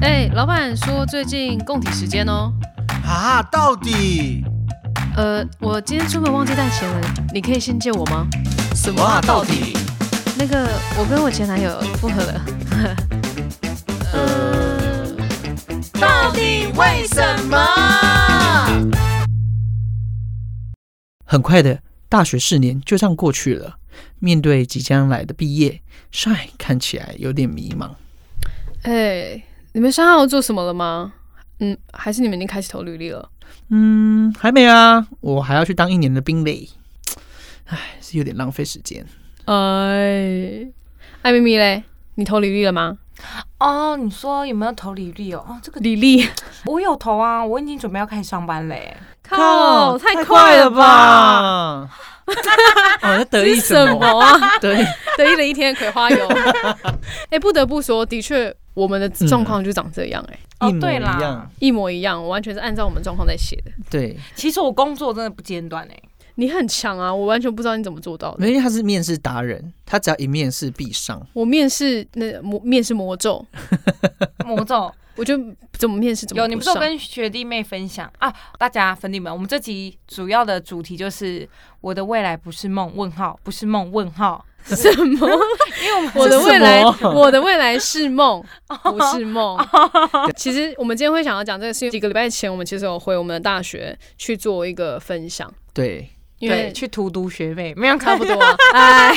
哎、老板说最近供体时间哦。啊，到底呃，我今天出门忘记带钱了，你可以先借我吗？什么啊？到底？那个，我跟我前男友复合了。呃，到底为什么？很快的，大学四年就这样过去了。面对即将来的毕业，Shy 看起来有点迷茫。哎、你们商量好做什么了吗？嗯，还是你们已经开始投履历了？嗯，还没啊，我还要去当一年的兵嘞。唉，是有点浪费时间。哎，艾咪咪嘞，你投履历了吗？哦，你说有没有投履历哦？哦，这个履历， 我有投啊，我已经准备要开始上班嘞。靠，太快了吧！吧！哦，在得意是什么？啊？得意 得意了一天葵花 油。哎、不得不说，的确，我们的状况就长这样、哎、哦一，模对一啦样，。一模一样，我完全是按照我们状况在写的。对，其实我工作真的不间断 哎。你很强啊，我完全不知道你怎么做到的。因为他是面试达人，他只要一面试必上。我面试那魔面试魔咒，魔咒我就怎么面试怎么有，你不是有上跟学弟妹分享啊？大家粉弟们，我们这集主要的主题就是我的未来不是梦？问号，不是梦？问号。什么？ 因为我们我的未来这是，什么我的未来是 梦，不是梦。其实我们今天会想要讲这个，是因为几个礼拜前我们其实有回我们的大学去做一个分享，对，因对为去荼毒学妹，没有差看 不多啊，哎，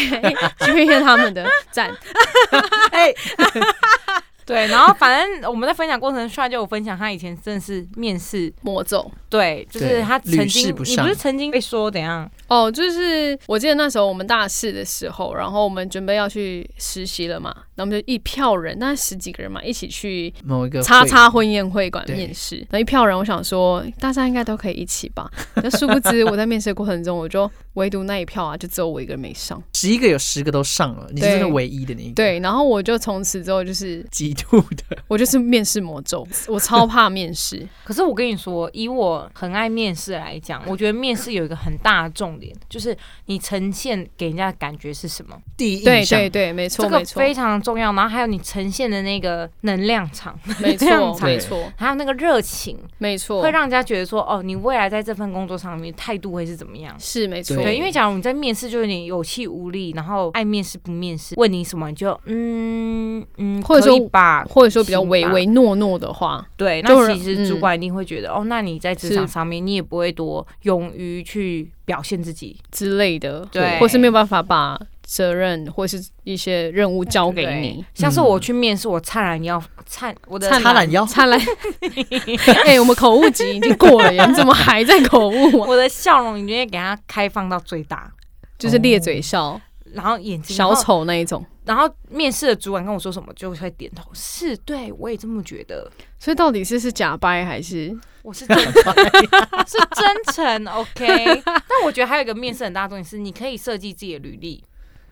去骗他们的赞。 哎，对，然后反正我们在分享过程中，帅就有分享他以前真的是面试，魔咒对，就对是他屡曾试经，不你上不是曾经被说怎样？哦，就是我记得那时候我们大四的时候，然后我们准备要去实习了嘛，然后我们就一票人，那十几个人嘛，一起去某一个叉会叉婚宴会馆对面试，那一票人，我想说大家应该都可以一起吧。 那殊不知我在面试的过程中，我就唯独那一票啊，就只有我一个人没 上。十一个有十个都上了，你是对真的唯一的那一个。，对，然后我就从此之后就是极度的。我就是面试魔咒，我超怕面 试。可是我跟你说，以我很爱面试来讲，我觉得面试有一个很大的重点， 就是你呈现给人家的感觉是什么，第一对印象对对，没错这个没错非常重要。然后还有你呈现的那个能量场，没这样错子没错还有那个热情，没错，会让人家觉得说，哦，你未来在这份工作上面态度会是怎么样？是没错。对，因为假如你在面试就有点有气无力，然后爱面试不面试，问你什么你就嗯嗯，或者可以说吧，或者说比较行吧唯唯诺诺的话，对，就那是嗯其实主管一定会觉得，哦，那你在职场是上面，你也不会多勇于去表现自己，之类的，对或是没有办法把责任或是一些任务交给对你。像是我去面试，我灿然要灿我的他懒腰， 灿烂，哎、我们口误集已经过了耶，你怎么还在口误 啊？我的笑容，你就会给它开放到最大，就是咧嘴笑、然后眼睛小然后丑那一种。然后面试的主管跟我说什么，就会点头，是对我也这么觉得，所以到底是是假掰还是我 是真是真诚，OK。但我觉得还有一个面试很大的重点是，你可以设计自己的履历，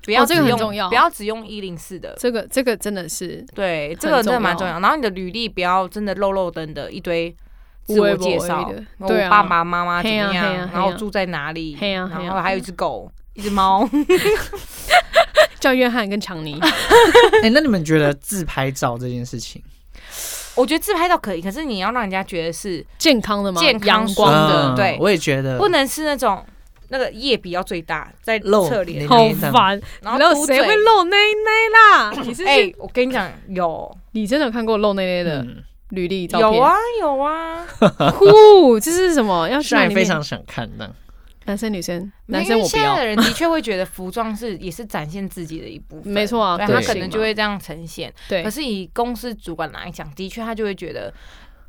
不要哦这个只很用重要不要只用一零四的。这个这个真的是对，这很个真的重蛮要重要。然后你的履历不要真的漏漏登的一堆自我介绍无微不微的，我对啊爸爸妈妈怎么嘿啊嘿啊样，然后嘿啊住在哪里，嘿啊嘿然啊后还有一只狗，一只 猫。叫约翰跟强 尼？ 哎、那你们觉得自拍照这件事情，我觉得自拍照可以，可是你要让人家觉得是健康的吗？健康阳光的，嗯对我也觉得不能是那种那个叶比要最大在露侧脸脸， 好内脏烦。然后然嘟后谁嘴会露内内啦？你是、哎，我跟你讲，有你真的有看过露内内的嗯，履历照片？有啊有啊， 酷，这是什么？要去虽哪然里非面？常想看的，男生女生，男没有因生为我不现在要的。人的确会觉得服装是也是展现自己的一部分，没错啊对个他可性能嘛就会这样呈现。对可，是以公司主管来讲，的确他就会觉得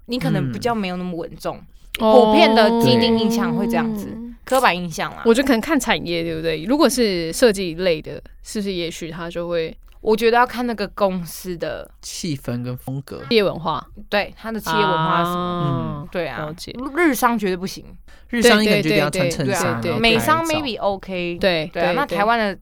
你可能比较没有那么稳重，普遍的既定印象会这样子哦刻板印象啦。我觉得可能看产业，对不对？如果是设计类的，是不是也许它就会我觉得要看那个公司的气氛跟风格。企业文化、对他的企业文化是什么。啊对啊了解，日商绝对不行，日商对一个对人就一定要对对穿衬对衫啊对，然后美拍商照 maybe OK，对对啊，那台湾的嘖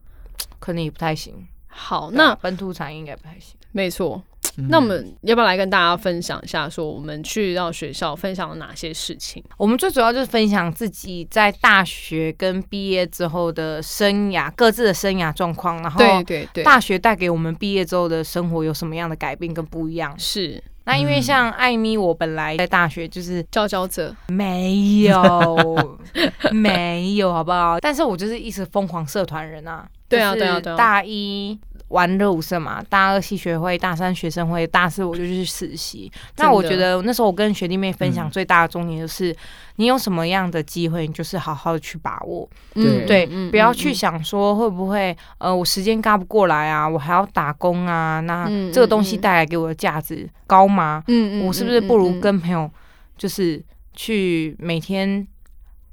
可能也不太行。好，对啊嗯那本土产业应该不太行。没错。嗯那我们要不要来跟大家分享一下，说我们去到学校分享了哪些事情？我们最主要就是分享自己在大学跟毕业之后的生涯，各自的生涯状况，然后对对对，哦大学带给我们毕业之后的生活有什么样的改变跟不一样。是那因嗯为像艾米，我本来在大学就是佼佼者，没有，没有，好不好？但是我就是一直疯狂社团人啊。 对啊就是对啊对啊大一玩热舞社嘛，大二系学会，大三学生会，大四我就去实习。真的那我觉得那时候我跟学弟妹分享嗯最大的重点就是，你有什么样的机会，你就是好好的去把握。嗯对，嗯不要去想说会不会呃我时间赶不过来啊，我还要打工啊，那嗯这个东西嗯嗯带来给我的价值高吗？嗯我是不是不如嗯跟朋友就是去每天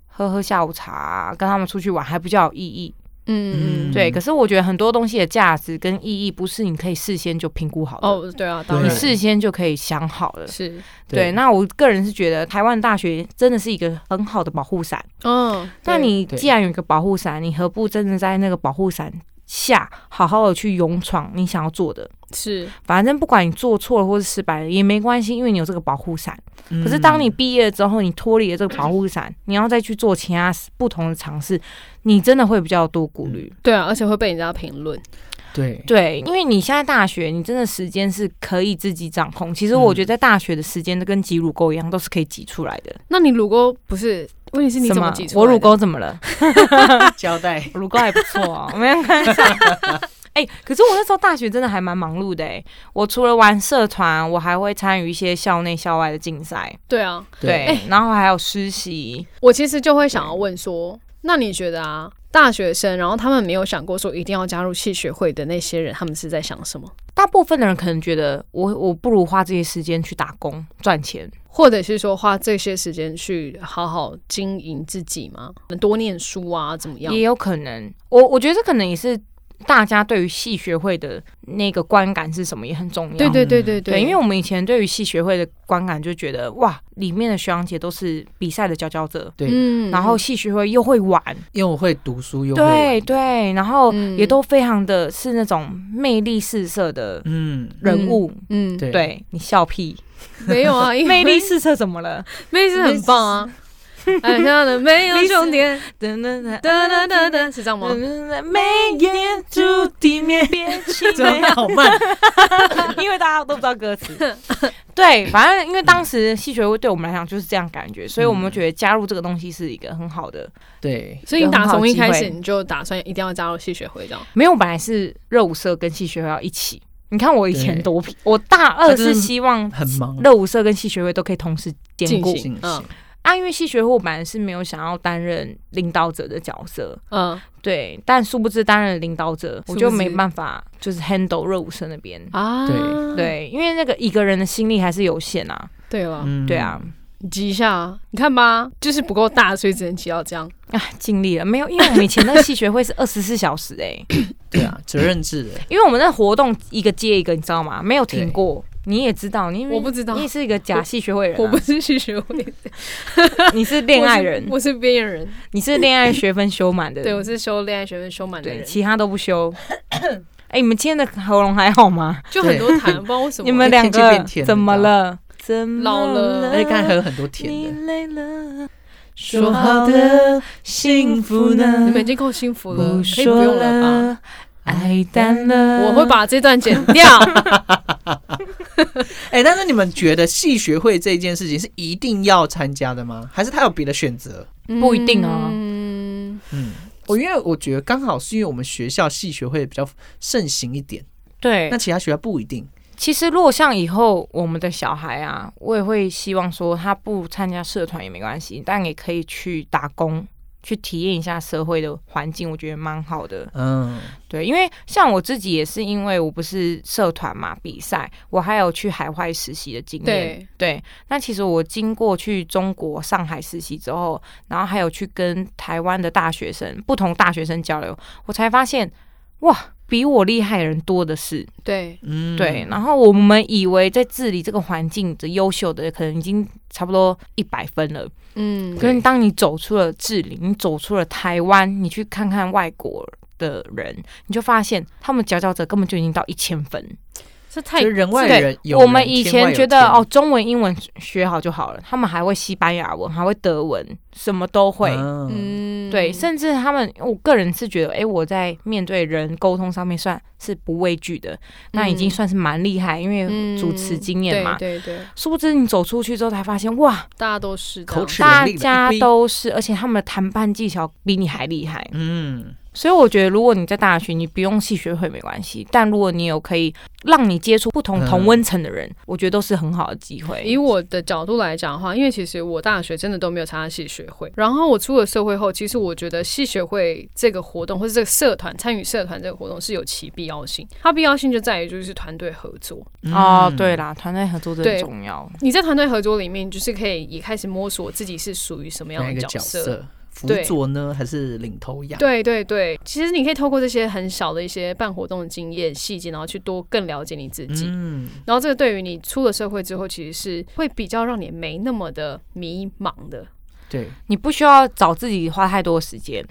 喝喝下午茶啊、跟他们出去玩，还比较有意义？嗯嗯嗯对，嗯可是我觉得很多东西的价值跟意义不是你可以事先就评估好的。哦，对啊，当你然对事先就可以想好了，是，对。那我个人是觉得台湾大学真的是一个很好的保护伞，嗯，那对你对既然有一个保护伞，你何不真的在那个保护伞下好好的去勇闯你想要做的？是反正不管你做错了或是失败了也没关系，因为你有这个保护伞。可是嗯当你嗯毕业之后，你脱离了这个保护伞，你要再去做其他不同的尝试，你真的会比较多顾虑。对啊，而且会被人家评论，对对，因为你现在大学，你真的时间是可以自己掌控。其实我觉嗯得在大学的时间都跟挤乳沟一样，都是可以挤出来的。那你乳沟不是？问题是你怎么挤出来的？我乳沟怎么了？交代乳沟还不错哦，我没有看上。 哎、可是我那时候大学真的还蛮忙碌的哎、我除了玩社团，我还会参与一些校内校外的竞赛，对啊，对，对然后还有实习。我其实就会想要问说，那你觉得啊，大学生，然后他们没有想过说一定要加入系学会的那些人，他们是在想什么？大部分的人可能觉得我我不如花这些时间去打工赚钱，或者是说花这些时间去好好经营自己吗？多念书啊，怎么样也？有可能，我我觉得这可能也是大家对于系学会的那个观感是什么也很重要。对对对对嗯对，因为我我们以前对于系学会的观感就觉得哇，里面的学长姐都是比赛的佼佼者，对嗯然后系学会又会玩，又会读书又会玩对对，然后嗯也都非常的是那种魅力四射的嗯人物。嗯，对对你笑屁，没有 啊，因为魅力四射怎么了？ 魅力是很棒啊。哎，他的没有终 点，噔噔噔哒哒哒哒，是这样吗？噔，眉眼住地面，别气馁，好慢，因为大家都不知道歌词。对，反正因为当时戏学会对我们来讲就是这样感觉，所以我们觉得加入这个东西是一个很好的。对所以你打从一开有很好始机你就打算一定要加入系学会这样？没有，我本来是热舞社跟戏学会要一起。你看我以前对多皮，我大二他真的是希望很忙热舞社跟戏学会都可以同时兼进顾行进嗯行啊，因为戏学会我本来是没有想要担任领导者的角色，嗯对，但殊不知担任领导者，我殊就不知没办法就是 handle 热舞社那边。啊，对对，因为那个一个人的心力还是有限啊。对了，嗯对啊，你挤一下啊，你看吧，就是不够大，所以只能挤到这样。啊，尽力了没有？因为我们以前那个戏学会是二十四小时哎、对啊，责任制的因为我们那活动一个接一个，你知道吗？没有停过。你也知道，你我不知道嗯你也是一个假戏学会人啊、我不是系学 会的你是恋爱人，我是我是边缘人，你是恋爱学分修满的，对我是修恋爱学分修满的对，人，其他都不修。 哎、你们今天的喉咙还好 吗？就很多痰，不知道为什么。你们两哎天气个变甜了怎么了？怎么老了了？而且刚才还有很多你甜的，累了，说说好好的的幸福呢你？们已经够幸福了可以不，不说用了吧？了，啊爱淡了。我会 把这段剪 掉。哎、但是你们觉得戏学会这件事情是一定要参加的吗？还是他有别的选择？不一定啊嗯，嗯，我因为我觉得刚好是因为我们学校戏学会比较盛行一点，对那，其他学校不一定。其实如果像以后我们的小孩啊，我也会希望说他不参加社团也没关系，但也可以去打工。去体验一下社会的环境，我觉得蛮好的。嗯，对，因为像我自己也是，因为我不是社团嘛，比赛，我还有去海外实习的经验。对，对，那其实我经过去中国上海实习之后，然后还有去跟台湾的大学生、不同大学生交流，我才发现，哇，比我厉害的人多的是。对，嗯对，然后我们以为在治理这个环境的优秀的，可能已经差不多一百分了。嗯，可是当你走出了治理，你走出了台湾，你去看看外国的人，你就发现他们佼佼者根本就已经到一千分。这太就是人外对，人有人，我们以天外前有觉得天哦，，中文、英文学好就好了，他们还会西班牙文，还会德文，什么都会。啊嗯对，甚至他们，我个人是觉得，哎、我在面对人沟通上面算是不畏惧的，那已经算是蛮厉害，因嗯为主持经验嘛。嗯对对对，殊不知你走出去之后才发现，哇，大家都是这口样齿大能力的家一堆都是，而且他们的谈判技巧比你还厉害。嗯，所以我觉得，如果你在大学，你不用系学会没关系，但如果你有可以让你接触不同嗯同温层的人，我觉得都是很好的机会。以我的角度来讲的话，因为其实我大学真的都没有参加系学会，然后我出了社会后，其实我觉得系学会这个活动或者这个社团参与社团这个活动是有其必要性，它必要性就在于就是团队合作，嗯哦，对了，啦，团队合作真嗯对的重要。你在团队合作里面就是可以也开始摸索自己是属于什么样哪一的个角角色辅对佐呢，还是领头羊？，对对对，其实你可以透过这些很小的一些办活动的经验细节，然后去多更了解你自己。嗯，然后这个对于你出了社会之后，其实是会比较让你没那么的迷茫的。对，你不需要找自己花太多时间，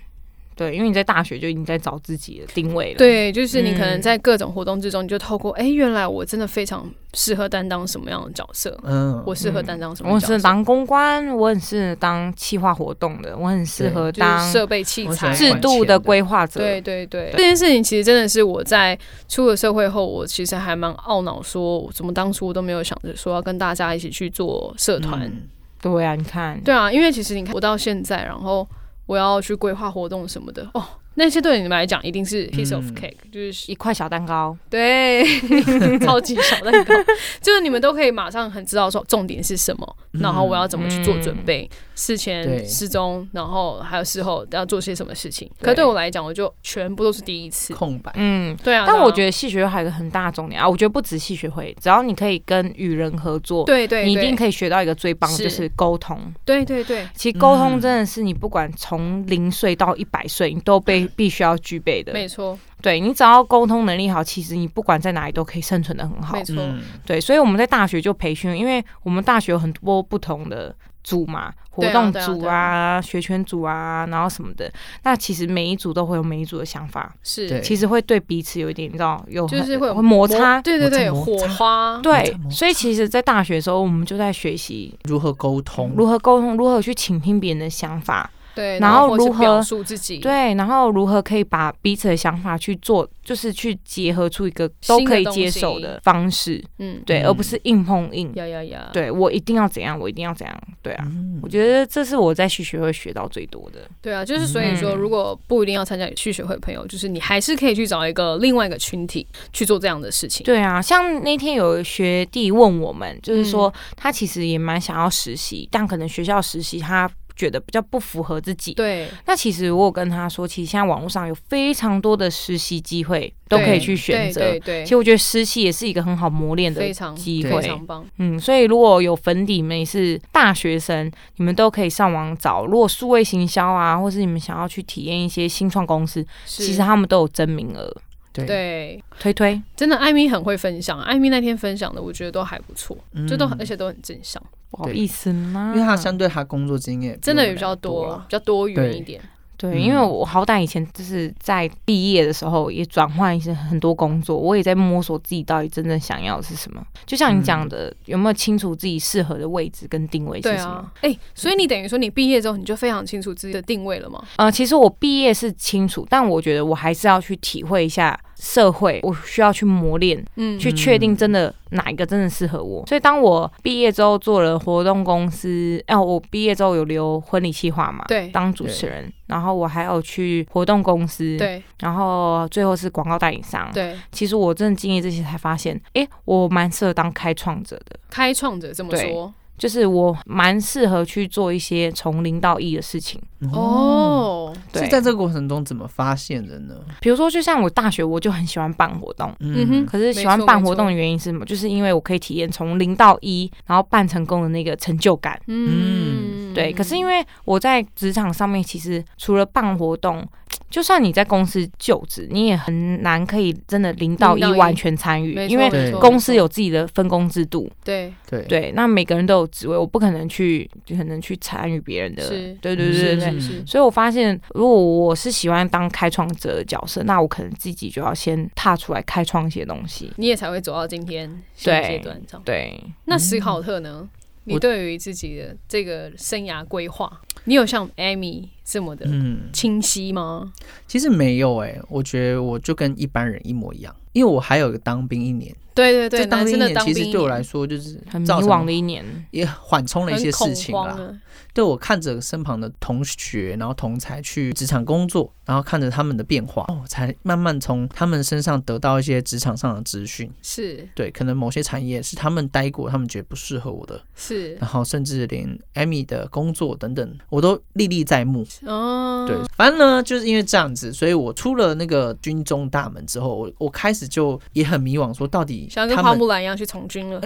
对，因为你在大学就已经在找自己的定位了。，对，就是你可能嗯在各种活动之中，你就透过哎、诶原来我真的非常适合担当什么样的角色，嗯，我适合嗯担当什我么很角适合色，当公关，我很适合当企划活动的，我很适合就当是设备器我喜材欢制度的规划者。对对对，这件事情其实真的是我在出了社会后，我其实还蛮懊恼，说我怎么当初都没有想着说要跟大家一起去做社团。嗯对啊，你看，对啊，因为其实你看我到现在，然后我要去规划活动什么的，哦，那些对你们来讲一定是 piece of 嗯 cake，、就是 一块小蛋糕，对， 超级小蛋糕，就是你们都可以马上很知道说重点是什么，嗯然后我要怎么去做准备，事前、对事中，然后还有事后要做些什么事情。对可对我来讲，我就全部都是第一次。空白，嗯。对啊，但我得。觉得戏学会还有一个很大的重点啊，我觉得不止戏学会，只要你可以跟与人合作，对对，你一定以。可以学到一个最棒的是就是沟通。对对对，其实沟通嗯真的是你不管从零岁到一百岁，你都被必须要具备的。嗯没错对你只要沟通能力好，其实你不管在哪里都可以生存的很好没。错。嗯，对，所以我们在大学就培训，因为我们大学有很多不同的组嘛，活对啊动对啊组对啊、学圈组啊，然后什么的。那其实每一组都会有每一组的想法，是对其实会对彼此有一点，你知道，有就是很会有会摩擦。对对对，摩火擦摩擦花，对摩，擦所以其实，在大学的时候，我们就在学习如何沟通？如何沟通，如何去倾听别人的想法，对，然后或是如何表述自己，对，然后如何可以把彼此的想法去做，就是去结合出一个都可以接受新的东的方式，嗯，对，嗯而不是硬碰硬。呀呀呀，嗯对我一定要怎样，我一定要怎样，对啊，嗯我觉得这是我在戏学会学到最多的。对啊，就是所以说，嗯如果不一定要参加去学会的朋友，就是你还是可以去找一个另外一个群体去做这样的事情。对啊，像那天有学弟问我们，就是说嗯他其实也蛮想要实习，但可能学校实习他觉得比较不符合自己。对那其实我有跟他说，其实现在网络上有非常多的实习机会都可以去选对择。对对其实我觉得实习也是一个很好磨练的非常机非会，常棒。嗯，所以如果有粉底们也是大学生，你们都可以上网找。如果数位行销啊，或是你们想要去体验一些新创公司，是其实他们都有真名额，对，对，推推。真的艾米很会分享，艾米那天分享的，我觉得都还不错，嗯就都很而且都很正向，不好意思啦，因为他相对他工作经验真的也也比较多啊多啊啦，比较多元对一点。啊对，嗯因为我好歹以前就是在毕业的时候也转换一些很多工作，我也在摸索自己到底真正想要的是什么。就像你讲的，有没有清楚自己适合的位置跟定位是对什么啊？，哎、所以你等于说你毕业之后你就非常清楚自己的定位了吗？呃，其实我毕业是清楚，但我觉得我还是要去体会一下社会，我需要去磨练。嗯，去确定真的哪一个真的适合我。所以当我毕业之后做了活动公司，哎、我毕业之后有留婚礼计划嘛，对当主持人，然后我还有去活动公司，，对然后最后是广告代理商。对，其实我真的经历这些才发现，哎、我蛮适合当开创者的。开创者这么对说就是我蛮适合去做一些从零到一的事情，哦，对是在这个过程中怎么发现的呢？比如说，就像我大学我就很喜欢办活动，嗯哼可是喜欢没错办没活动错的原因是什么？就是因为我可以体验从零到一，然后办成功的那个成就感。嗯，对，可是因为我在职场上面，其实除了办活动，就算你在公司就职，你也很难可以真的零到一零到一完全参与，没错因为没错对公司有自己的分工制度。对对对，那每个人都有职位，我不可能去可能去参与别人的是。对对对对是对。是嗯是，所以我发现，如果我是喜欢当开创者的角色，那我可能自己就要先踏出来开创一些东西。你也才会走到今天现阶段上。对，那史考特呢？你我对于自己的这个生涯规划，你有像 Amy 这么的嗯，清晰吗？其实没有哎、我觉得我就跟一般人一模一样，因为我还有个当兵一年，对对对，这当男兵生一的年当其兵实对我来说就是很迷造成惘的一年。也缓冲了一些事情很恐啦慌。啊。对我看着身旁的同学，然后同才去职场工作，然后看着他们的变化，哦，才慢慢从他们身上得到一些职场上的资讯。是对，可能某些产业是他们待过，他们觉得不适合我的，是然后甚至连 Amy 的工作等等，我都历历在目。哦，对，反正呢，就是因为这样子，所以我出了那个军中大门之后，我我开始就也很迷惘，说到底想跟他花们木兰一样去从军了，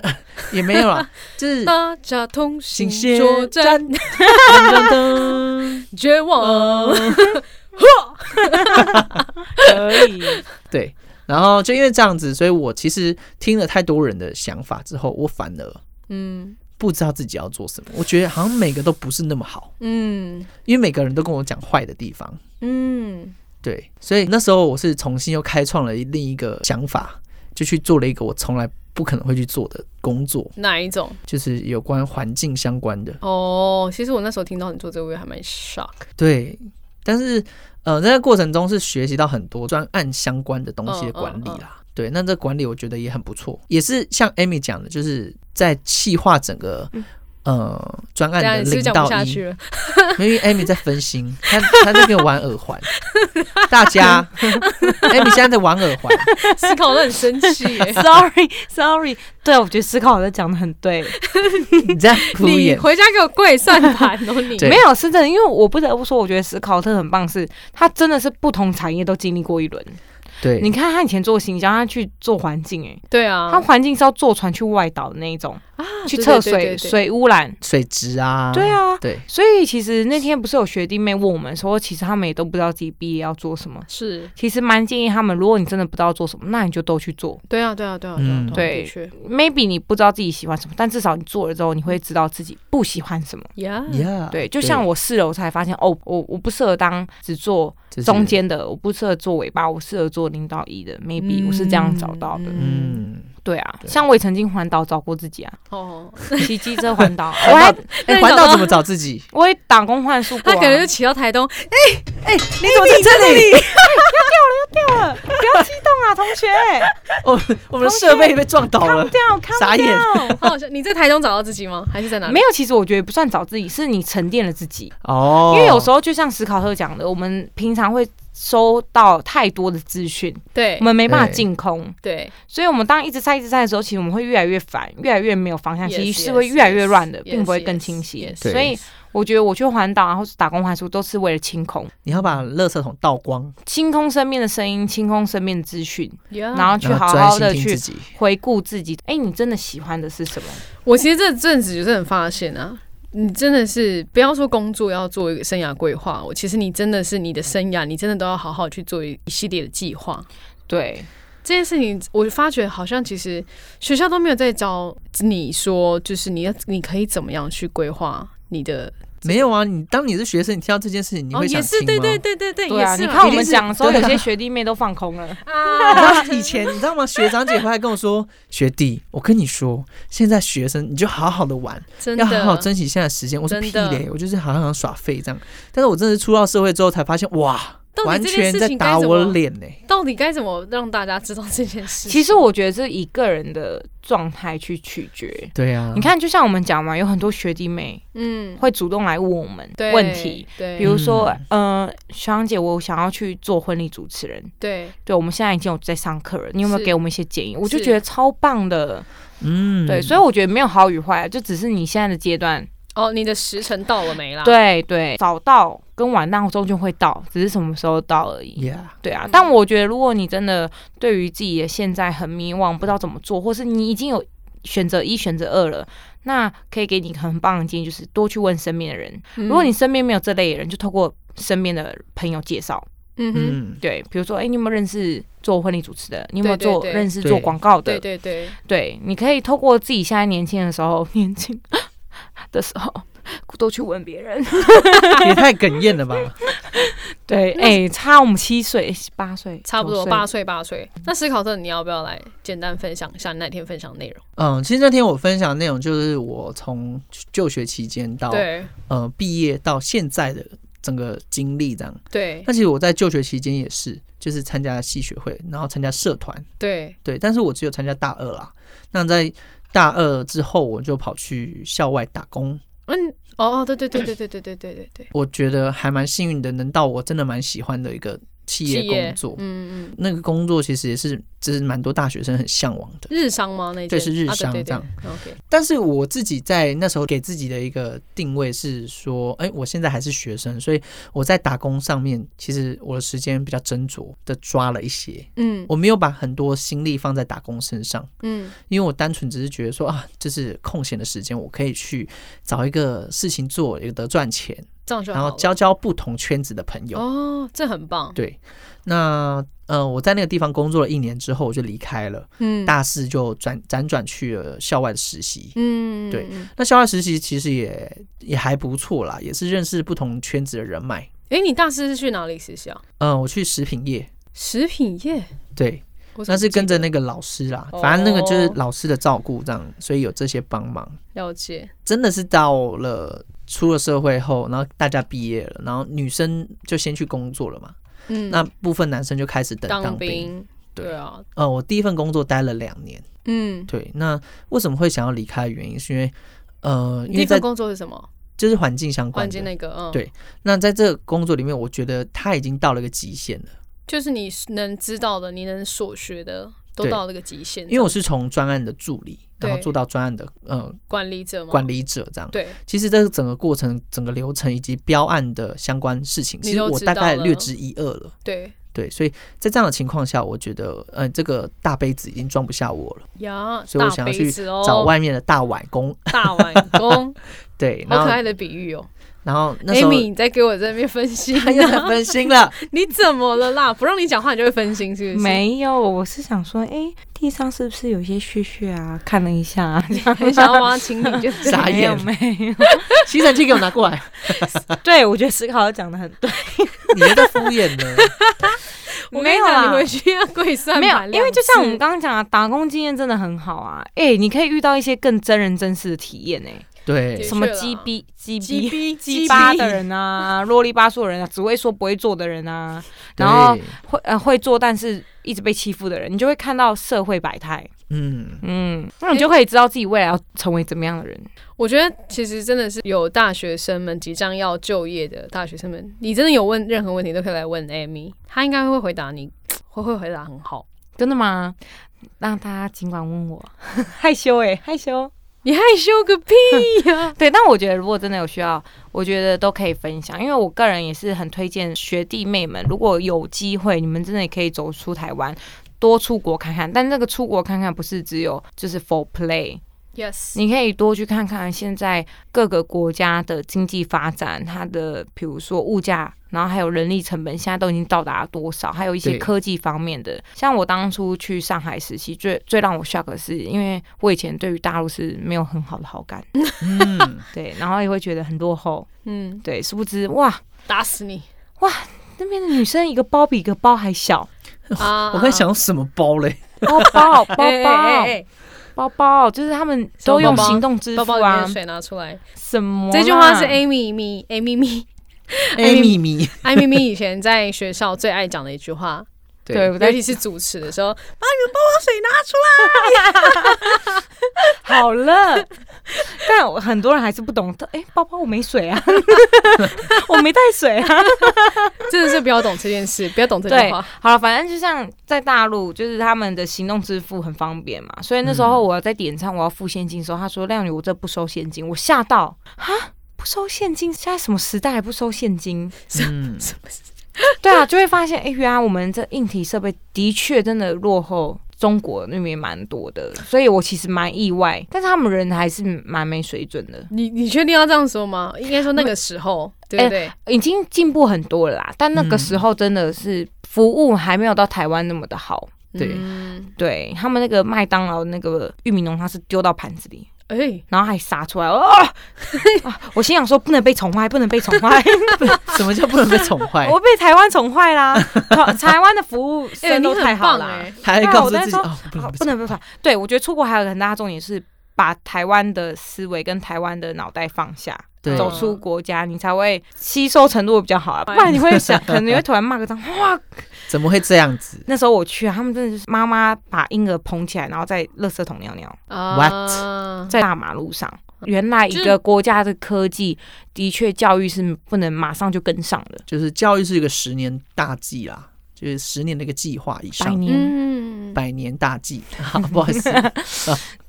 也没有啦， 就是大家同行心线作战，噔噔噔， 绝望。可 以，。对。然后就因为这样子，所以我其实听了太多人的想法之后，我反而嗯不知道自己要做什么。我觉得好像每个都不是那么好，嗯因为每个人都跟我讲坏的地方。嗯，对，所以那时候我是重新又开创了另一个想法，就去做了一个我从来不可能会去做的工作，哪一种？就是有关环境相关的。哦，其实我那时候听到你做这个，我也还蛮 shock。对，但是呃，在这个过程中是学习到很多专案相关的东西的管理啦。嗯对，那这管理我觉得也很不错，也是像 Amy 讲的，就是在细化整个、嗯呃专大案家的也啊是零讲不到下一，去了， 因为 Amy 在分心，她她在给我玩耳环， 大家 Amy 现在在玩耳 环，思考得很生气耶 Sorry，Sorry，对我觉得思考我在讲的很对，你在敷你衍。回家给我跪算盘哦， 你对没有是真的，因为我不得不说，我觉得思考特很棒是，他真的是不同产业都经历过一轮。对，你看他以前做行销，他去做环境、欸，对哎，啊他，环境是要坐船去外岛的那一种，去对对测水对对对水污染。水质啊，对，啊，对，所以其实那天不是有学弟妹问我们说，其实他们也都不知道自己毕业要做什么。是其实蛮建议他们，如果你真的不知道做什么，那你就都去做。对啊，对啊，对啊，对啊，嗯对啊，对的确 Maybe 你不知道自己喜欢什么，但至少你做了之后，你会知道自己不喜欢什么。 ，Yeah，呀，对，就像我试了，我才发现哦，我我不适合当只做就是中，间的，我不适合做尾巴，我适合做零到一的。Maybe、我是这样找到的。嗯，嗯，对啊，对像我也曾经环岛找过自己啊，哦，骑机车环岛，我还那哎，你环找岛到怎么找自己？我也打工换宿他过、啊。可能就骑到台东，哎你怎么在这里？ 不要激动啊，同学，我们 我们的设备被撞倒 看了不。掉，看傻不 眼掉。好好笑。哦你在台东找到自己吗？还是在哪里？没有，其实我觉得不算找自己，是你沉淀了自己。哦因为有时候就像史考特讲的，我们平常会收到太多的资讯，对我们没办法对净空，对，所以我们当一直猜一直猜的时候，其实我们会越来越烦，越来越没有方向，其 Yes, 实是会 yes, 越来越乱的 yes,，并不会 yes, 更清晰。 yes, 对所以我觉得我去环岛啊，或是打工环书，都是为了清空，你要把垃圾桶倒光，清空身边的声音，清空身边的资讯， Yeah 然后去然好后好专的心听去自己。回顾自己。哎，你真的喜欢的是什么？我其实这阵子就是很发现啊，你真的是不要说工作要做一个生涯规划，哦我其实你真的是你的生涯，你真的都要好好去做一一系列的计划。对，这件事情，我发觉好像其实学校都没有在教你说，就是你要你可以怎么样去规划你的。没有啊，你当你是学生，你听到这件事情，你哦，会想也听是，吗？对对对对对，对啊，哎也是你嘛看我一定们是讲的时候，对有啊些学弟妹都放空了。你 知啊，道以前你知道吗？学长姐回来跟我说：“ 学弟，我跟你说，现在学生你就好好的玩，真要好好的。珍惜现在的时间。”我真说：“屁的嘞，我就是好像想耍废这样。”但是我真的出到社会之后才发现，哇，到底完这件全事在情打该怎我么脸呢、到底该怎么让大家知道这件事？其实我觉得是以个人的状态去取决。对啊，你看，就像我们讲嘛，有很多学弟妹嗯，会主动来问我们对问题，，对，比如说，呃，小杨姐，我想要去做婚礼主持人，对，对我们现在已经有在上课了，你有没有是给我们一些建议？我就是觉得超棒的，嗯，对，所以我觉得没有好与坏，啊就只是你现在的阶段，哦，你的时辰到了没啦？，对啊对，早到跟晚到终究会到，只是什么时候到而已。 ，Yeah，对啊嗯，但我觉得如果你真的对于自己的现在很迷惘，不知道怎么做，或是你已经有选择一、选择二了，那可以给你很棒的建议，就是嗯多去问身边的人。如果你身边没有这类人，就透过身边的朋友介绍，嗯哼，嗯，对，比如说，哎、你有没有认识做婚礼主持的？你有没有对对做对认识对做广告的？对对对，对，你可以透过自己现在年轻的时候，年轻 的时候，多去问别人。也太哽咽了吧？ 对，哎、差我们七岁、八岁，差不九多岁八岁八岁。那思考特，你要不要来简单分享一下你那天分享的内容？嗯，其实那天我分享的内容就是我从就学期间到对呃毕业到现在的整个经历这样。对那其实我在就学期间也是，就是参加系学会，然后参加社团，对，对，但是我只有参加大二啦。那在大二之后，我就跑去校外打工。嗯，哦哦，对对对对对对对对对对，我觉得还蛮幸运的，能到我真的蛮喜欢的一个企业企业工作。嗯嗯，那个工作其实也是，就是蛮多大学生很向往的。日商吗？那一对间是日啊商对对这对样 OK，但是我自己在那时候给自己的一个定位是说，哎、我现在还是学生，所以我在打工上面，其实我的时间比较斟酌的抓了一些，嗯我没有把很多心力放在打工身上，嗯因为我单纯只是觉得说啊，就是空闲的时间，我可以去找一个事情做，有得赚钱，这样就然好后了交交不同圈子的朋友。哦，这很棒，对，那呃，我在那个地方工作了一年之后，我就离开了，嗯大四就转辗转去了校外的实习。嗯对。嗯那校外实习其实也也还不错啦，也是认识不同圈子的人脉。哎，你大四是去哪里实习啊？嗯，我去食品业，食品业，对，我怎那么是跟记着得那个老师啦，哦反正那个就是老师的照顾这样，所以有这些帮忙。了解，真的是到了出了社会后，然后大家毕业了，然后女生就先去工作了嘛，嗯，那部分男生就开始等当兵。兵，对对啊，呃，我第一份工作待了两年。嗯，对，那为什么会想要离开？原因是因为，呃，你第一因为份在工作是什么？就是环境相关关键的。那个，嗯，对那在这个工作里面，我觉得他已经到了一个极限了，就是你能知道的，你能所学的，都对到那个极限。因为我是从专案的助理，然后对做到专案的呃管理者嘛，管理者这样。对，其实这个整个过程、整个流程以及标案的相关事情，你其实都我知大道概了略知一二了。对对，所以在这样的情况下，我觉得，呃，这个大杯子已经装不下我了，呀，所以我大想要杯去子哦，找外面的大碗工。 大 碗公，对，然好可后，爱的比喻哦。然后那时候哎 Amy，你在给我这边分心啊，他又在分心 了。你怎么了啦？不让你讲话，你就会分心，是不是？，没有，我是想说，哎、地上是不是有一些屑屑啊？看了一下、 啊， 很想要帮他清理，就 傻没有眼没有。 吸尘器给我拿过来，对，我觉得思考讲的很对，你又在敷衍呢。 我跟你讲，你回去要跪算啊没有盘，因为就两次像我们刚刚讲的，打工经验真的很好啊。哎、你可以遇到一些更真人真事的体验哎、 对的确什么啦 G B G 鸡 B 逼鸡鸡巴逼的，人啊，啰里吧嗦的人啊，只会说不会做的人啊，然后对会呃会做但是一直被欺负的人，你就会看到社会百态。嗯，嗯，那你就可以知道自己未来要成为怎么样的人。我觉得其实真的是有大学生们即将要就业的大学生们，你真的有问任何问题都可以来问 Amy，她应该会回答你，会会回答很好。真的吗？让大家尽管问我，害羞哎、害羞。 你害羞个屁呀、对，但我觉得如果真的有需要，我觉得都可以分享，因为我个人也是很推荐学弟妹们，如果有机会，你们真的也可以走出台湾。多出国看看，但那个出国看看不是只有就是 for play， Yes，你可以多去看看现在各个国家的经济发展，它的比如说物价，然后还有人力成本，现在都已经到达多少，还有一些对科技方面的。像我当初去上海实习，最最让我 shock 的是，因为我以前对于大陆是没有很好的好感，嗯，对，然后也会觉得很落后，嗯，对，殊不知哇，打死 你那边的女生一个包比一个包还小，啊！ 我在想什么包嘞？包包包 哎，哎包哎包包，就是他们什么都用包包行动支哎付包包里面啊的，水拿出来。什么啦？啊这句话是 Amy 咪 Amy 咪哎艾米米，艾 咪咪以前在学校最爱讲的一句话，对，我尤在其是主持的时候，好了， 但我很多人还是不懂。哎、包包我没水 啊，我没带水啊。真的是不要懂这件事，不要懂这句对，话。 好了，反正就像在大陆，就是他们的行动支付很方便嘛，所以那时候我要在点餐，我要付现金的时候，他说：“靓女，我这不收现金。”我吓到啊！不收现金，现在什么时代还不收现 金？嗯，对啊，就会发现，哎、原来我们这硬体设备的确真的落后中国那边也蛮多的，所以我其实蛮意外，但是他们人还是蛮没水准的。 你你确定要这样说吗？应该说那个时候，对不对？已经进步很多了啦，但那个时候真的是服务还没有到台湾那么的好。对嗯对他们那个麦当劳那个玉米浓汤是丢到盘子里，哎、然后还洒出来哦、啊我心想说不能被宠坏，不能被宠坏，什么叫不能被宠坏？我被台湾宠坏啦！台台湾的服务哎、真你都太很好棒啦，哎、还那告我诉在自己说哦，不好能被不能不能。对我觉得出国还有个很大的重点是把台湾的思维跟台湾的脑袋放下，对走出国家，你才会吸收程度会比较好啊。不然你会想，可能你会突然骂个脏话。哇怎么会这样子？那时候我去啊，他们真的就是妈妈把婴儿捧起来，然后在垃圾桶尿嗯尿，啊在大马路上。原来一个国家的科技的确教育是不能马上就跟上的，就是教育是一个十年大计啦，就是十年的一个计划以百上，年。嗯，百年大计。好，不好意 思，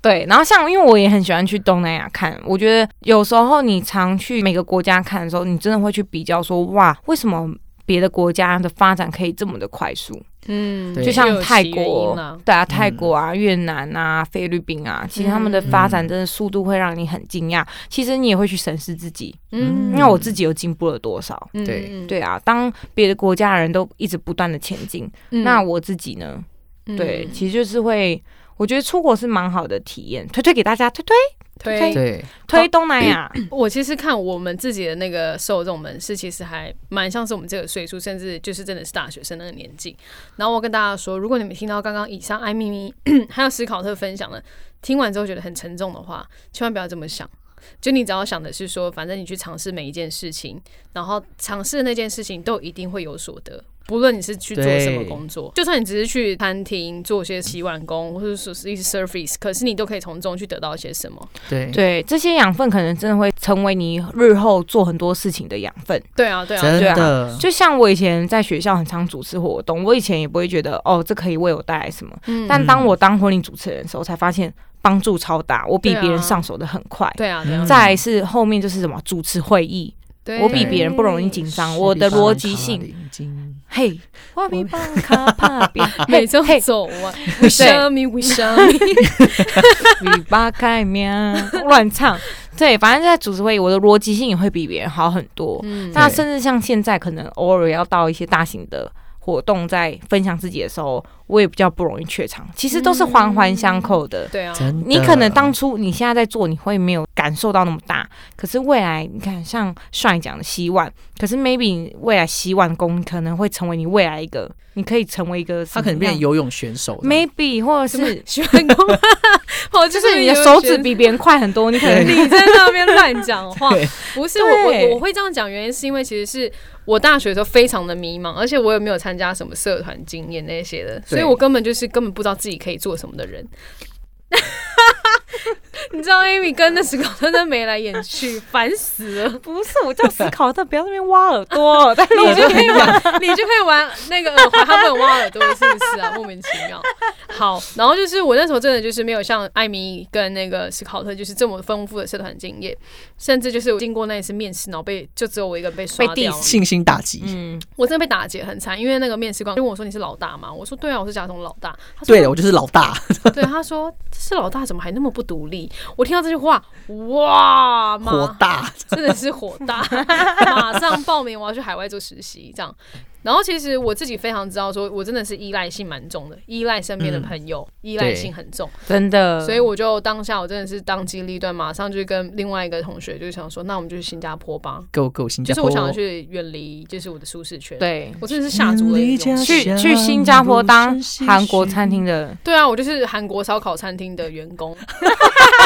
对，然后像因为我也很喜欢去东南亚看，我觉得有时候你常去每个国家看的时候，你真的会去比较说，哇，为什么别的国家的发展可以这么的快速？嗯，对就像又有泰其原国因啦，对啊，泰国啊、越南啊、菲律宾啊，其实他们的发展真的速度会让你很惊讶。其实你也会去审视自己，嗯因为我自己有进步了多少。嗯对嗯对啊，当别的国家的人都一直不断的前进，嗯那我自己呢？嗯对，其实就是会，我觉得出国是蛮好的体验，推推给大家，推推。推对，推东 南亚，我其实看我们自己的那个受众们是，其实还蛮像是我们这个岁数，甚至就是真的是大学生那个年纪。然后我跟大家说，如果你们听到刚刚以上艾咪咪 还有史考特分享的，听完之后觉得很沉重的话，千万不要这么想。就你只要想的是说，反正你去尝试每一件事情，然后尝试的那件事情都一定会有所得，不论你是去做什么对工作，就算你只是去餐厅做些洗碗工，或者说是一些 service，可是你都可以从中去得到一些什么。对，对这些养分可能真的会成为你日后做很多事情的养分。对啊，对啊，真对啊的，就像我以前在学校很常主持活动，我以前也不会觉得哦，这可以为我带来什么。嗯但当我当婚礼主持人的时候，才发现帮助超大，我比对啊别人上手的很快。对啊，对啊嗯，再来是后面就是什么主持会议，对我比别人不容易紧张，我的逻辑性，嘿，我比帮卡怕比，每周嗯嘿走啊 完，为什么？为什么？比巴盖面乱唱，对，反正在主持会议，我的逻辑性也会比别人好很多。嗯那对甚至像现在，可能偶尔要到一些大型的活动，在分享自己的时候，我也比较不容易怯场。其实都是环环相扣的。对啊，真的，你可能当初你现在在做，你会没有感受到那么大，可是未来你看，像上一讲的洗碗，可是 maybe 你未来洗碗工可能会成为你未来一个，你可以成为一个什他么样，可能变成游泳选手的， maybe 或者什么是喜欢 跟我，哦，就就是是你的手指比别人快很多，你可 能你在那边乱讲话对，不是我我对我我会这样讲，原因是因为其实是我大学的时候非常的迷茫，而且我也没有参加什么社团经验那些的，所以我根本就是根本不知道自己可以做什么的人。 你知道 Amy 跟那史考特真的眉来眼去，烦死了。不是，我叫思考特，不要在那边挖耳朵。 但是你就可以玩，你就可以玩那个耳环，他们挖耳朵是不是啊？莫名其妙。好，然后就是我那时候真的就是没有像艾米跟那个史考特就是这么丰富的社团经验，甚至就是我经过那一次面试，然后被就只有我一个人被刷被掉 diss 信心打击。嗯，我真的被打劫很惨，因为那个面试官就问我说你是老大吗？我说对啊，我是家中老大。他说对，我就是老大，对，他说是老大怎么还那么不独立？我听到这句话，哇，妈 火大，真的是火大， 马上报名我要去海外做实习这样。然后其实我自己非常知道，说我真的是依赖性蛮重的，依赖身边的朋友，嗯依赖性很重，真的。所以我就当下我真的是当机立断，马上就跟另外一个同学就想说，那我们就去新加坡吧，够够新就加是坡，我想要去远离就是我的舒适圈。，对，我真的是下足了一种嗯去去新加坡当韩国餐厅的，对啊，我就是韩国烧烤餐厅的员工，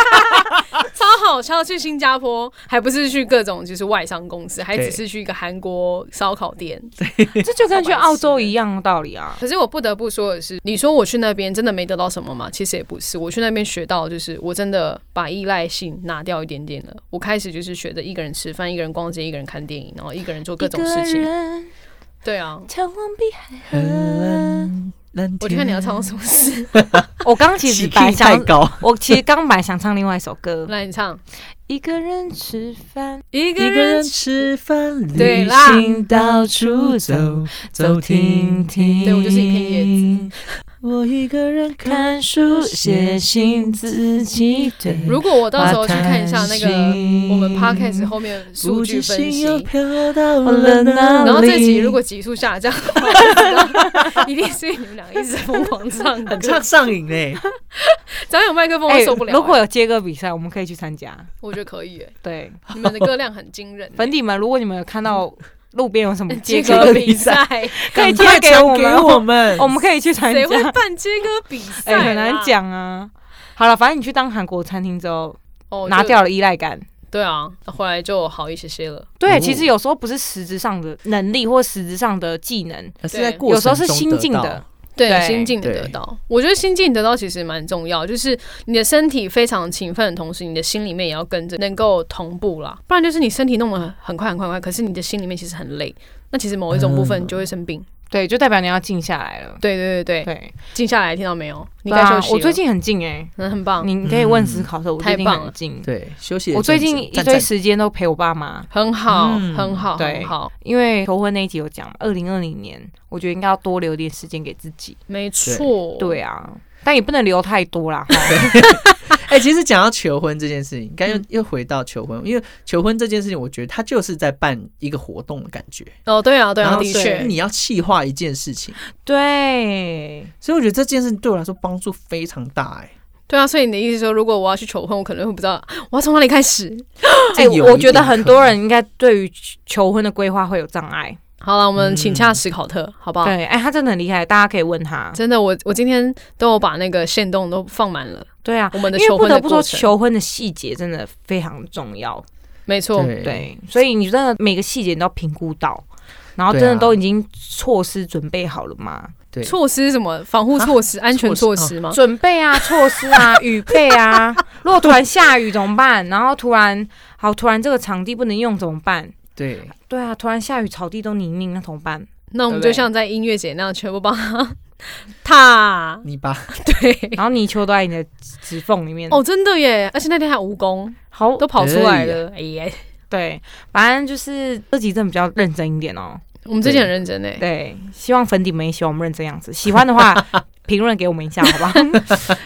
超好笑。去新加坡还不是去各种就是外商公司，还只对是去一个韩国烧烤店。 这就跟去澳洲一样的道理啊。可是我不得不说的是，你说我去那边真的没得到什么吗？其实也不是，我去那边学到就是我真的把依赖性拿掉一点点了。我开始就是学着一个人吃饭，一个人逛街，一个人看电影，然后一个人做各种事情。人对啊，眺望碧海嗯。我就看你要唱什么事， 我刚其实起本来气太想，高，我其实刚本来想唱另外一首歌，来你唱。一个人吃饭，一一个个人人吃饭，对旅啦嗯行到处走，走停停。对我就是一片叶子。我一个人 看书写信，自己对。如果我到时候去看一下那个我们 podcast 后面数据分析，啊飘到我了哪里然后这集如果集数下降 的话，一定是因为你们两个一直疯狂唱歌很，唱上瘾 欸嘞，只要有麦克风哎我受不了欸。如果有接歌比赛，我们可以去参加。我觉得可以欸，对，你们的歌量很惊人欸。哎粉底们，如果你们有看到路边有什么接呃接歌歌比比赛，赛，可赶以快贴给传我给们，我们， 我们可以去参谁会加。办接歌比赛哎，啦？很难讲啊。好了，反正你去当韩国餐厅之后，哦，拿就掉了依赖感。对啊，回来就好一些些了。对，哦其实有时候不是实质上的能力或实质上的技能，可是在对过程有时候是中心得境到的，对，对心境的得到，我觉得心境得到其实蛮重要，就是你的身体非常勤奋的同时，你的心里面也要跟着能够同步啦，不然就是你身体弄得很快很快很快，可是你的心里面其实很累，那其实某一种部分你就会生病。对，就代表你要静下来了。对对对对，对，静下来，听到没有？你对该啊休息了。我最近很静哎，嗯很棒，你可以问思考的时候，我最近太棒了很静。对，休息了我最一阵近子一赞堆赞时间都陪我爸妈，很好，嗯很好，对很好，因为求婚那一集有讲，二零二零年我觉得应该要多留点时间给自己。没错。对啊，但也不能留太多啦。哈 哎、其实讲到求婚这件事情，刚又嗯又回到求婚，因为求婚这件事情，我觉得它就是在办一个活动的感觉。哦，对啊，对然啊，后的所以确，你要气化一件事情，对，所以我觉得这件事情对我来说帮助非常大、哎，对啊。所以你的意思说，如果我要去求婚，我可能会不知道我要从哪里开始。这哎、有我一觉得点很可多能人应该对于求婚的规划会有障碍。好了，我们请嗯洽史考特，好不好？对，哎、他真的很厉害，大家可以问他。真的，我我今天都有把那个线动都放满了，对啊，我们的因为求不婚得的不说，过程。求婚的细节真的非常重要。没错，对对，所以你真的每个细节你都要评估到，然后真对的啊都已经措施准备好了吗？对，措施是什么防护措施、安全措施吗？准备啊，措施 啊，雨备啊。如果突然下雨怎么办？然后突然好，突然这个场地不能用怎么办？对，对啊，突然下雨，草地都泥泞，那怎么 办？那我们对不对就像在音乐节那样，全部帮他踏。你把对，然后泥鳅都在你的指缝里面。哦，真的耶！而且那天还有蜈蚣好，都跑出来了，哎呀，对，反正就是这集真的比较认真一点哦。我们之前很认真哎。对，希望粉底们也喜欢我们认真样子。喜欢的话， 评论给我们一下，好吧？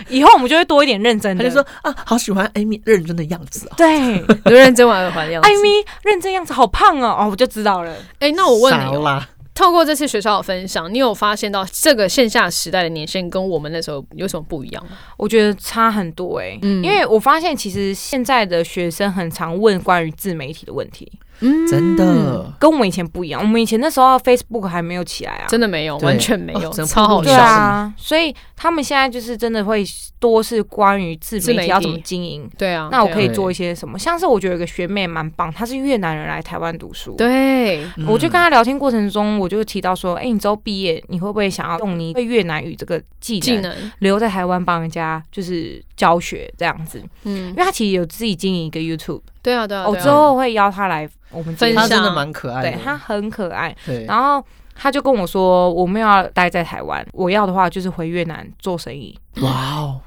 以后我们就会多一点认真他的。就说啊，好喜欢 Amy 认真的样子 啊， 对，有认真玩玩的样子艾。米认真样子好胖哦，哦，我就知道了。哎，那我问你傻哦，啦，透过这次学校的分享，你有发现到这个线下时代的年限跟我们那时候有什么不一样吗？我觉得差很多哎、嗯因为我发现其实现在的学生很常问关于自媒体的问题，嗯真的，跟我们以前不一样。我们以前那时候 Facebook 还没有起来啊，真的没有，对完全没有，哦真的超好对笑的。啊，所以他们现在就是真的会多是关于自自媒媒体体要怎么经营。对啊，那我对啊可以嗯对做一些什么？像是我觉得有一个学妹蛮棒，她是越南人来台湾读书，对，嗯我就跟她聊天过程中，我就提到说，哎、你之后毕业，你会不会想要用你会越南语这个技技能能，留在台湾帮人家就是教学这样子？嗯因，为他其实有自己经营一个 YouTube，对啊，对啊，我对啊之后会邀他来我分们分享他享，真的蛮可爱对的，他很可爱。对，然后他就跟我说，我没有要待在台湾，我要的话就是回越南做生意，哇哦，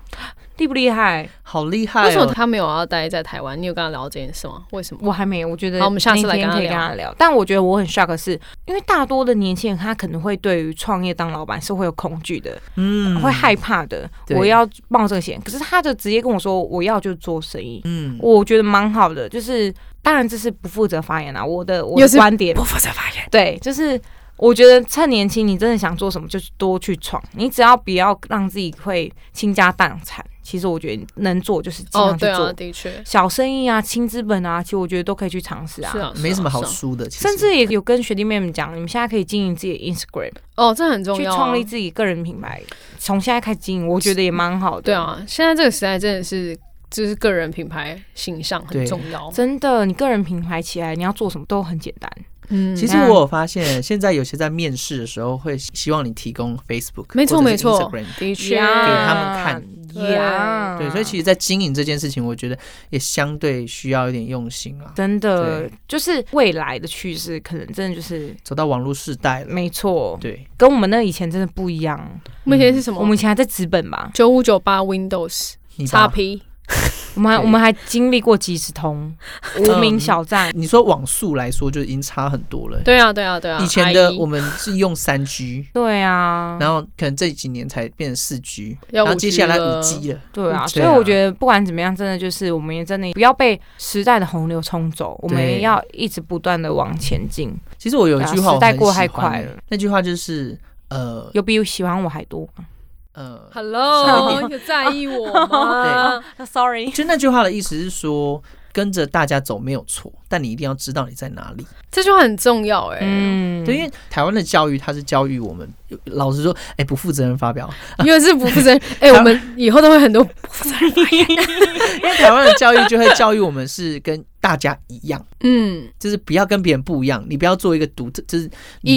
厉不厉害？好厉害、哦，为什么他没有要待在台湾？你有跟他聊这件事吗？为什么？我还没有，我觉得好我们下次来那天跟他可以跟聊他聊。但我觉得我很 shock 的是，因为大多的年轻人他可能会对于创业当老板是会有恐惧的，嗯会害怕的，对我要冒这个险。可是他就直接跟我说，我要就做生意。嗯，我觉得蛮好的，就是当然这是不负责发言啦，我的我又的是观点负责发言。对，就是我觉得趁年轻，你真的想做什么就多去闯，你只要不要让自己会倾家荡产。其实我觉得能做就是尽哦量，去对做、啊，的确小生意啊、轻资本啊，其实我觉得都可以去尝试啊。是啊，没什么好是啊输的，其实甚至也有跟学弟妹们讲，你们现在可以经营自己的 Instagram，、哦，这很重去要啊。创立自己个人品牌，从现在开始经营，我觉得也蛮好的。对，啊，现在这个时代真的是，就是个人品牌形象很对重要。真的，你个人品牌起来，你要做什么都很简单。嗯，其实我有发现，现在有些在面试的时候会希望你提供 Facebook，没错或者没是错 Instagram 的确呀给他们看对呀对，所以其实，在经营这件事情，我觉得也相对需要一点用心啊。真的对就是未来的趋势，可能真的就是走到网络时代了，没错，对，跟我们那以前真的不一样。我们以前是什么？我们以前还在纸本吧？九五九八 Windows 你叉吧 P。我们还对嗯我们还经历过即时通、无名小站，你说网速来说，就已经差很多了。对啊，对啊，对啊。以前的 IE 我们是用三 G，对啊，然后可能这几年才变成四 G，要然后接下来 5G 了五 G 了。对啊，嗯对所以啊我觉得不管怎么样，真的就是我们也真的不要被时代的洪流冲走，我们对要一直不断的往前进。其实我有一句对话我啊时代很过太喜快欢了的，那句话就是呃有比喜欢我 还多呃，少一 Hello，点有在意我 吗？？Sorry，就那句话的意思是说，跟着大家走没有错，但你一定要知道你在哪里。这句话很重要哎、嗯， 对，因为台湾的教育它是教育我们，老实说，哎、不负责任发表， 因为是不负责任。哎、我们以后都会很多不负责任发言。因为台湾的教育就会教育我们是跟大家一样，嗯，就是不要跟别人不一样，你不要做一个独特，就是你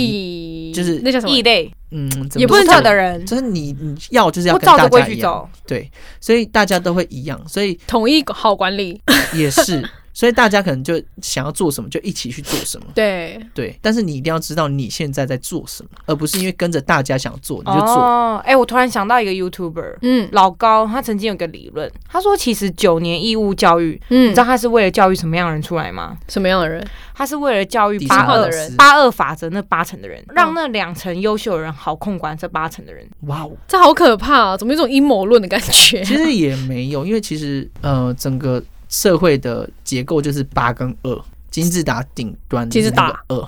异就是那叫什么异？类嗯，怎么也不能讲叫特的人就是你你要就是要不跟照大着规家一矩样，走，对，所以大家都会一样，所以统一好管理。也是， 所以大家可能就想要做什么就一起去做什么，对，对，但是你一定要知道你现在在做什么，而不是因为跟着大家想做你就做，哦，哎，我突然想到一个 YouTuber。嗯老高他曾经有个理论，他说其实九年义务教育，你嗯知道，他是为了教育什么样的人出来吗？什么样的人？他是为了教育底八层号二的人公司，八二法则那八成的人，让那两成优秀的人好控管这八成的人。哇哦。这好可怕啊！怎么有一种阴谋论的感觉？其实也没有，因为其实呃，整个社会的结构就是八跟二，金字塔顶端金字塔二，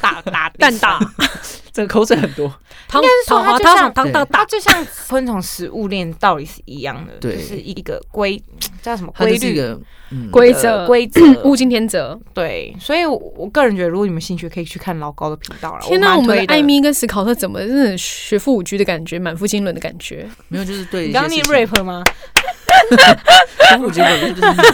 大大蛋大，这个口水很多。应应该是说它就像当当它当，就像昆虫食物链道理是一样的，就对是一个规叫什么 它规就是一律。个嗯，规呃则规则 物竞天择。对，所以我，我个人觉得，如果你们兴趣，可以去看老高的频道了。天哪，我们的的艾，米跟史考特怎么真的学富五居的感觉，满腹经纶的感觉？没有就是对你一刚些刚事念情， rap 吗？反正我觉得就是你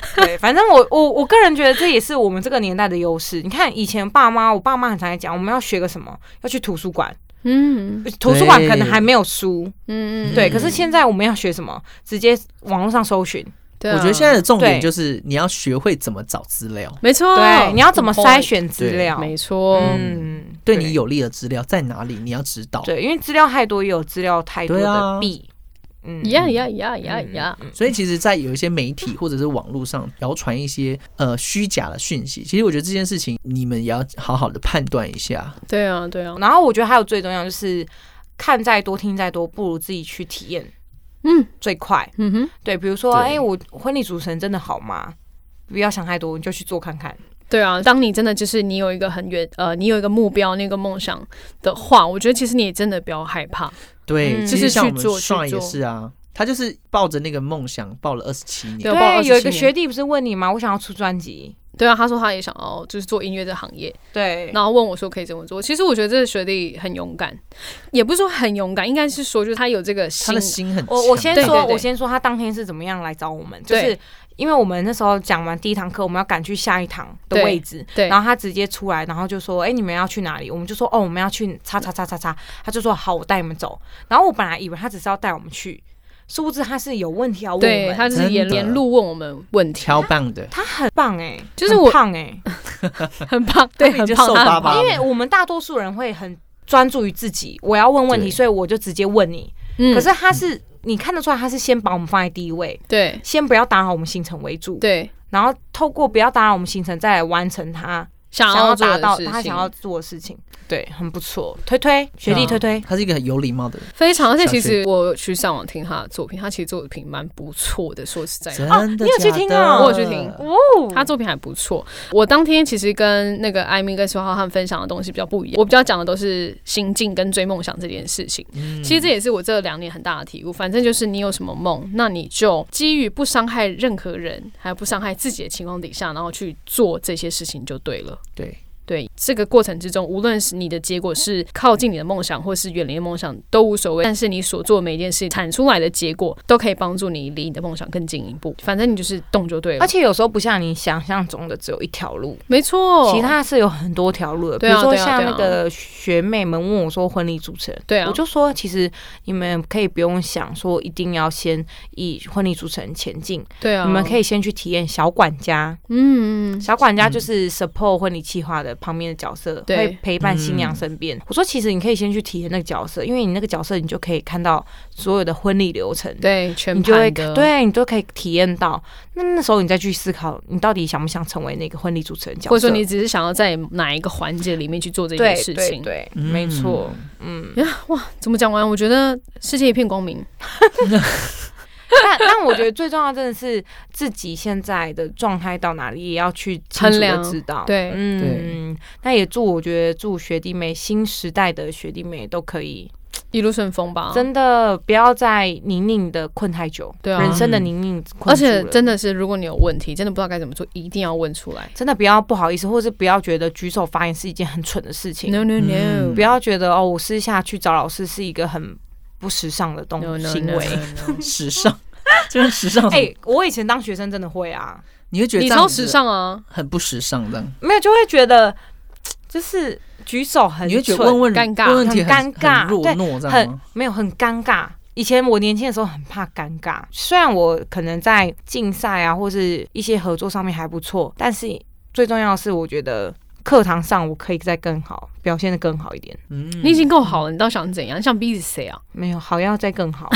对，反正我我我个人觉得这也是我们这个年代的优势。你看，以前爸妈，我爸妈很常在讲，我们要学个什么，要去图书馆，嗯图书馆可能还没有书，嗯对。可是现在我们要学什么，直接网络上搜寻，对啊我觉得现在的重点对就是你要学会怎么找资料，没错，对，你要怎么筛选资料？没错，嗯，对你有利的资料在哪里，你要知道。对，因为资料太多也有资料太多对的啊弊。嗯，呀呀呀呀嗯呀！所以其实，在有一些媒体或者是网络上谣传一些呃虚假的讯息，其实我觉得这件事情你们也要好好的判断一下。对啊，对啊，然后我觉得还有最重要就是，看再多听再多，不如自己去体验嗯最快。嗯哼，对，比如说，对哎、我婚礼主持人真的好吗？不要想太多，你就去做看看。对啊。当你真的就是你有一个很远呃，你有一个目标、那个梦想的话，我觉得其实你也真的不要害怕。对，嗯其就是实像去我们做去上也做是啊，他就是抱着那个梦想抱了二十七对啊年，我报了对，有一27个年学弟不是问你吗？我想要出专辑。对啊，他说他也想要就是做音乐这行业，对，然后问我说可以怎么做。其实我觉得这个学弟很勇敢，也不是说很勇敢，应该是说就是他有这个他心的。心很我我强先对说，对对我先说他当天是怎么样来找我们，就对是因为我们那时候讲完第一堂课，我们要赶去下一堂的对位置，对然后他直接出来，然后就说：“哎、你们要去哪里？”我们就说：“哦，我们要去叉叉叉叉叉。”他就说：“好，我带你们走。”然后我本来以为他只是要带我们去，殊不知他是有问题要问我对们。他就是沿真的沿路问我们问题，挑棒的，他很棒哎、就是很我胖哎、很棒，对，他很已经胖，瘦他很巴棒啊巴因了，为我们大多数人会很专注于自己，我要问问题，对所以我就直接问你。嗯可是他是、你看得出来，他是先把我们放在第一位，对先不要打扰我们行程为主，对，然后透过不要打扰我们行程，再来完成他想想要做达的到事他情想要做的事情。对，很不错，推推学弟推推，他是一个很有礼貌的人，非常，而且其小实我有去上网听他的作品，他其实作品蛮不错的。说实在的，真的你有去假听的哦啊我有去听哦，嗯他作品还不错。我当天其实跟那个艾米跟苏浩他们分享的东西比较不一样，我比较讲的都是心境跟追梦想这件事情。嗯其实这也是我这两年很大的体悟。反正就是你有什么梦，那你就基于不伤害任何人，还有不伤害自己的情况底下，然后去做这些事情就对了。对，对这个过程之中，无论是你的结果是靠近你的梦想，或是远离梦想，都无所谓。但是你所做的每一件事产出来的结果，都可以帮助你离你的梦想更进一步。反正你就是动就对了。而且有时候不像你想象中的只有一条路，没错，其他是有很多条路的。比哦对如啊说对啊像对那啊个学妹们问我说婚礼主持人，对啊我，就说，其实你们可以不用想说一定要先以婚礼主持人前进，对啊，你们可以先去体验小管家。嗯，嗯，嗯小管家就是 support 婚礼计划的的旁边的角色，对会陪伴新娘身嗯边。我说，其实你可以先去体验那个角色，因为你那个角色，你就可以看到所有的婚礼流程，对，全你就会盘的，对啊你都可以体验到。那那时候你再去思考，你到底想不想成为那个婚礼主持人角色？或者说你只是想要在哪一个环节里面去做这对件事对情。对，嗯 没错，嗯。怎么讲完？我觉得世界一片光明。但但我觉得最重要真的是自己现在的状态到哪里，也要去清楚衡的量知道。对嗯，那也祝我觉得祝学弟妹新时代的学弟妹都可以一路顺风吧，真的不要再泥泞的困太久，对啊人生的泥泞困而住了，且真的是，如果你有问题，真的不知道该怎么做，一定要问出来。真的不要不好意思，或者是不要觉得举手发言是一件很蠢的事情， No no no，、嗯不要觉得哦，我私下去找老师是一个很不时尚的动 No, no, 行 no, 为。时尚，就是时尚。哎、我以前当学生真的会啊，你会觉得你这样超子时，尚啊，很不时尚这样，没有就会觉得就是举手很你会觉得蠢问问尴尬问问题很尴尬很弱对懦这样很吗？没有很尴尬。以前我年轻的时候很怕尴尬，虽然我可能在竞赛啊或是一些合作上面还不错，但是最重要的是，我觉得课堂上我可以再更好，表现的更好一点。嗯，你已经够好了，你到底想怎样？你想逼死谁啊？没有好要再更好，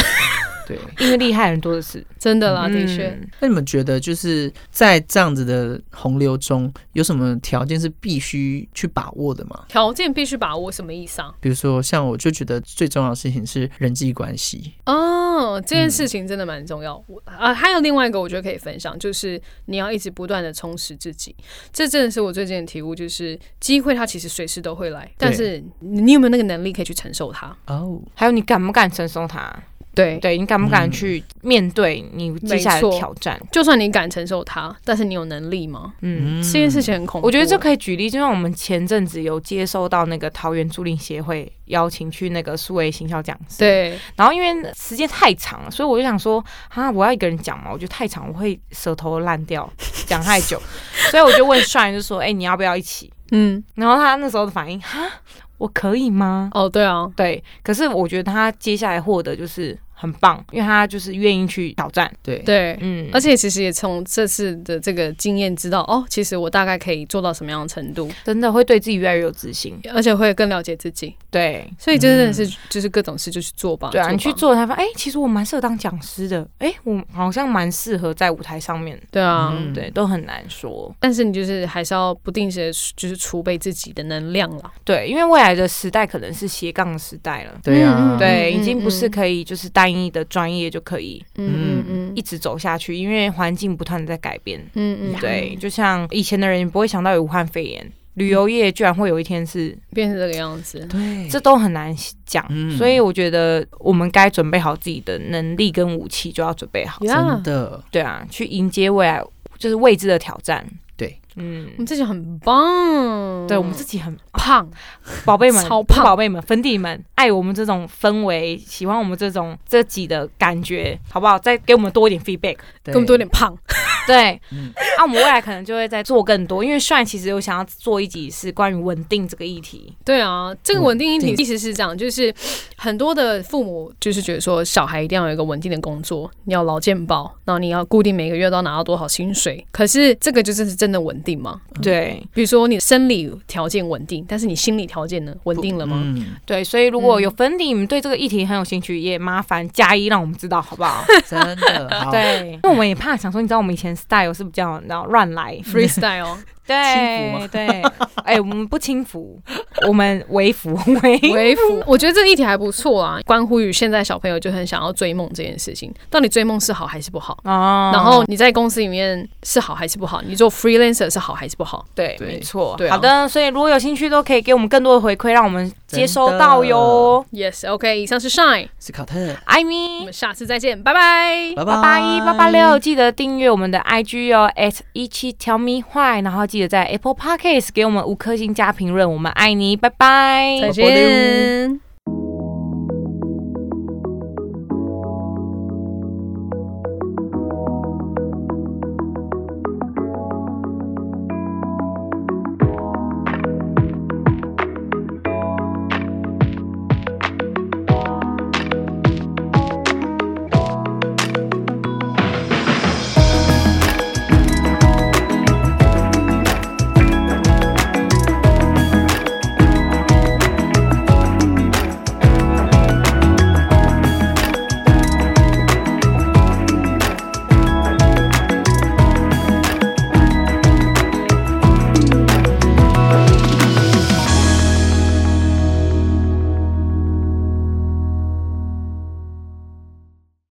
对。因为厉害人多的是。真的啦，的确，嗯那你们觉得就是在这样子的洪流中，有什么条件是必须去把握的吗？条件必须把握，什么意思啊？比如说，像我就觉得最重要的事情是人际关系，哦，这件嗯事情真的蛮重要。我啊，还有另外一个我觉得可以分享，就是你要一直不断的充实自己。这真的是我最近的体悟，就是机会它其实随时都会来，但是你有没有那个能力可以去承受它？哦，还有你敢不敢承受它？对，对你敢不敢去面对你接下来的没错挑战？就算你敢承受它，但是你有能力吗？嗯，这件事情很恐怖。我觉得这可以举例，就像我们前阵子有接收到那个桃园租赁协会邀请去那个数位行销讲师，对，然后因为时间太长了，所以我就想说，啊，我要一个人讲嘛，我觉得太长，我会舌头烂掉， 讲太久，所以我就问帅，就说，哎、你要不要一起？嗯，然后他那时候的反应，哈，我可以吗？哦，对啊，对，可是我觉得他接下来获得就是很棒，因为他就是愿意去挑战，对，对。嗯，而且其实也从这次的这个经验知道，哦，其实我大概可以做到什么样的程度，真的会对自己越来越有自信，而且会更了解自己。对。所以真的是、就是各种事就去做吧。嗯对啊，吧你去。做，他发现，哎、其实我蛮适合当讲师的，哎、我好像蛮适合在舞台上面，对啊，嗯对，都很难说，但是你就是还是要不定时的就是储备自己的能量啦。对，因为未来的时代可能是斜杠的时代了，对啊，嗯对，已经不是嗯可以就是单一的专业就可以嗯嗯一直走下去，因为环境不断的在改变，嗯嗯，对，就像以前的人也不会想到有武汉肺炎，旅游业居然会有一天是，变成这个样子。对，这都很难讲，嗯所以我觉得我们该准备好自己的能力跟武器，就要准备好。真 Yeah，的对啊，去迎接未来就是未知的挑战。对，嗯我，们自己很棒，对我们自己很胖，宝贝们，嗯超胖宝贝们，粉底们，爱我们这种氛围，喜欢我们这种这集的感觉，好不好？再给我们多一点 feedback。给我们多一点胖。 对，嗯啊，我们未来可能就会再做更多，因为帅其实有想要做一集是关于稳定这个议题。对啊，这个稳定一体稳定意思是这样，就是很多的父母就是觉得说，小孩一定要有一个稳定的工作，你要劳健保，然后你要固定每个月都要拿到多少薪水。可是这个就是真的稳定吗？对比如说你生理条件稳定，但是你心理条件呢，稳定了吗？嗯，对，所以如果嗯有粉底，你们对这个议题很有兴趣，也麻烦加一让我们知道，好不好？真的 好，对，因为我们也怕想说，你知道我们以前 style 是比较你知道乱来， freestyle 哦轻浮对吗对，哎、我们不轻浮，我们微服微微服，嗯我觉得这个议题还不错啊，关乎于现在小朋友就很想要追梦这件事情，到底追梦是好还是不好？哦然后你在公司里面是好还是不好？你做 freelancer 是好还是不好？对，对没错对，啊好的，所以如果有兴趣都可以给我们更多的回馈，让我们接收到哟。 Yes，OK，、以上是 Shine，斯考特，艾我米们。下次再见，拜拜。拜八八一八八六，记得订阅我们的 IG 哦，at 一七 Tell Me Why，然后记得在 Apple Podcast 给我们五颗星加评论，我们爱你，拜拜，再见。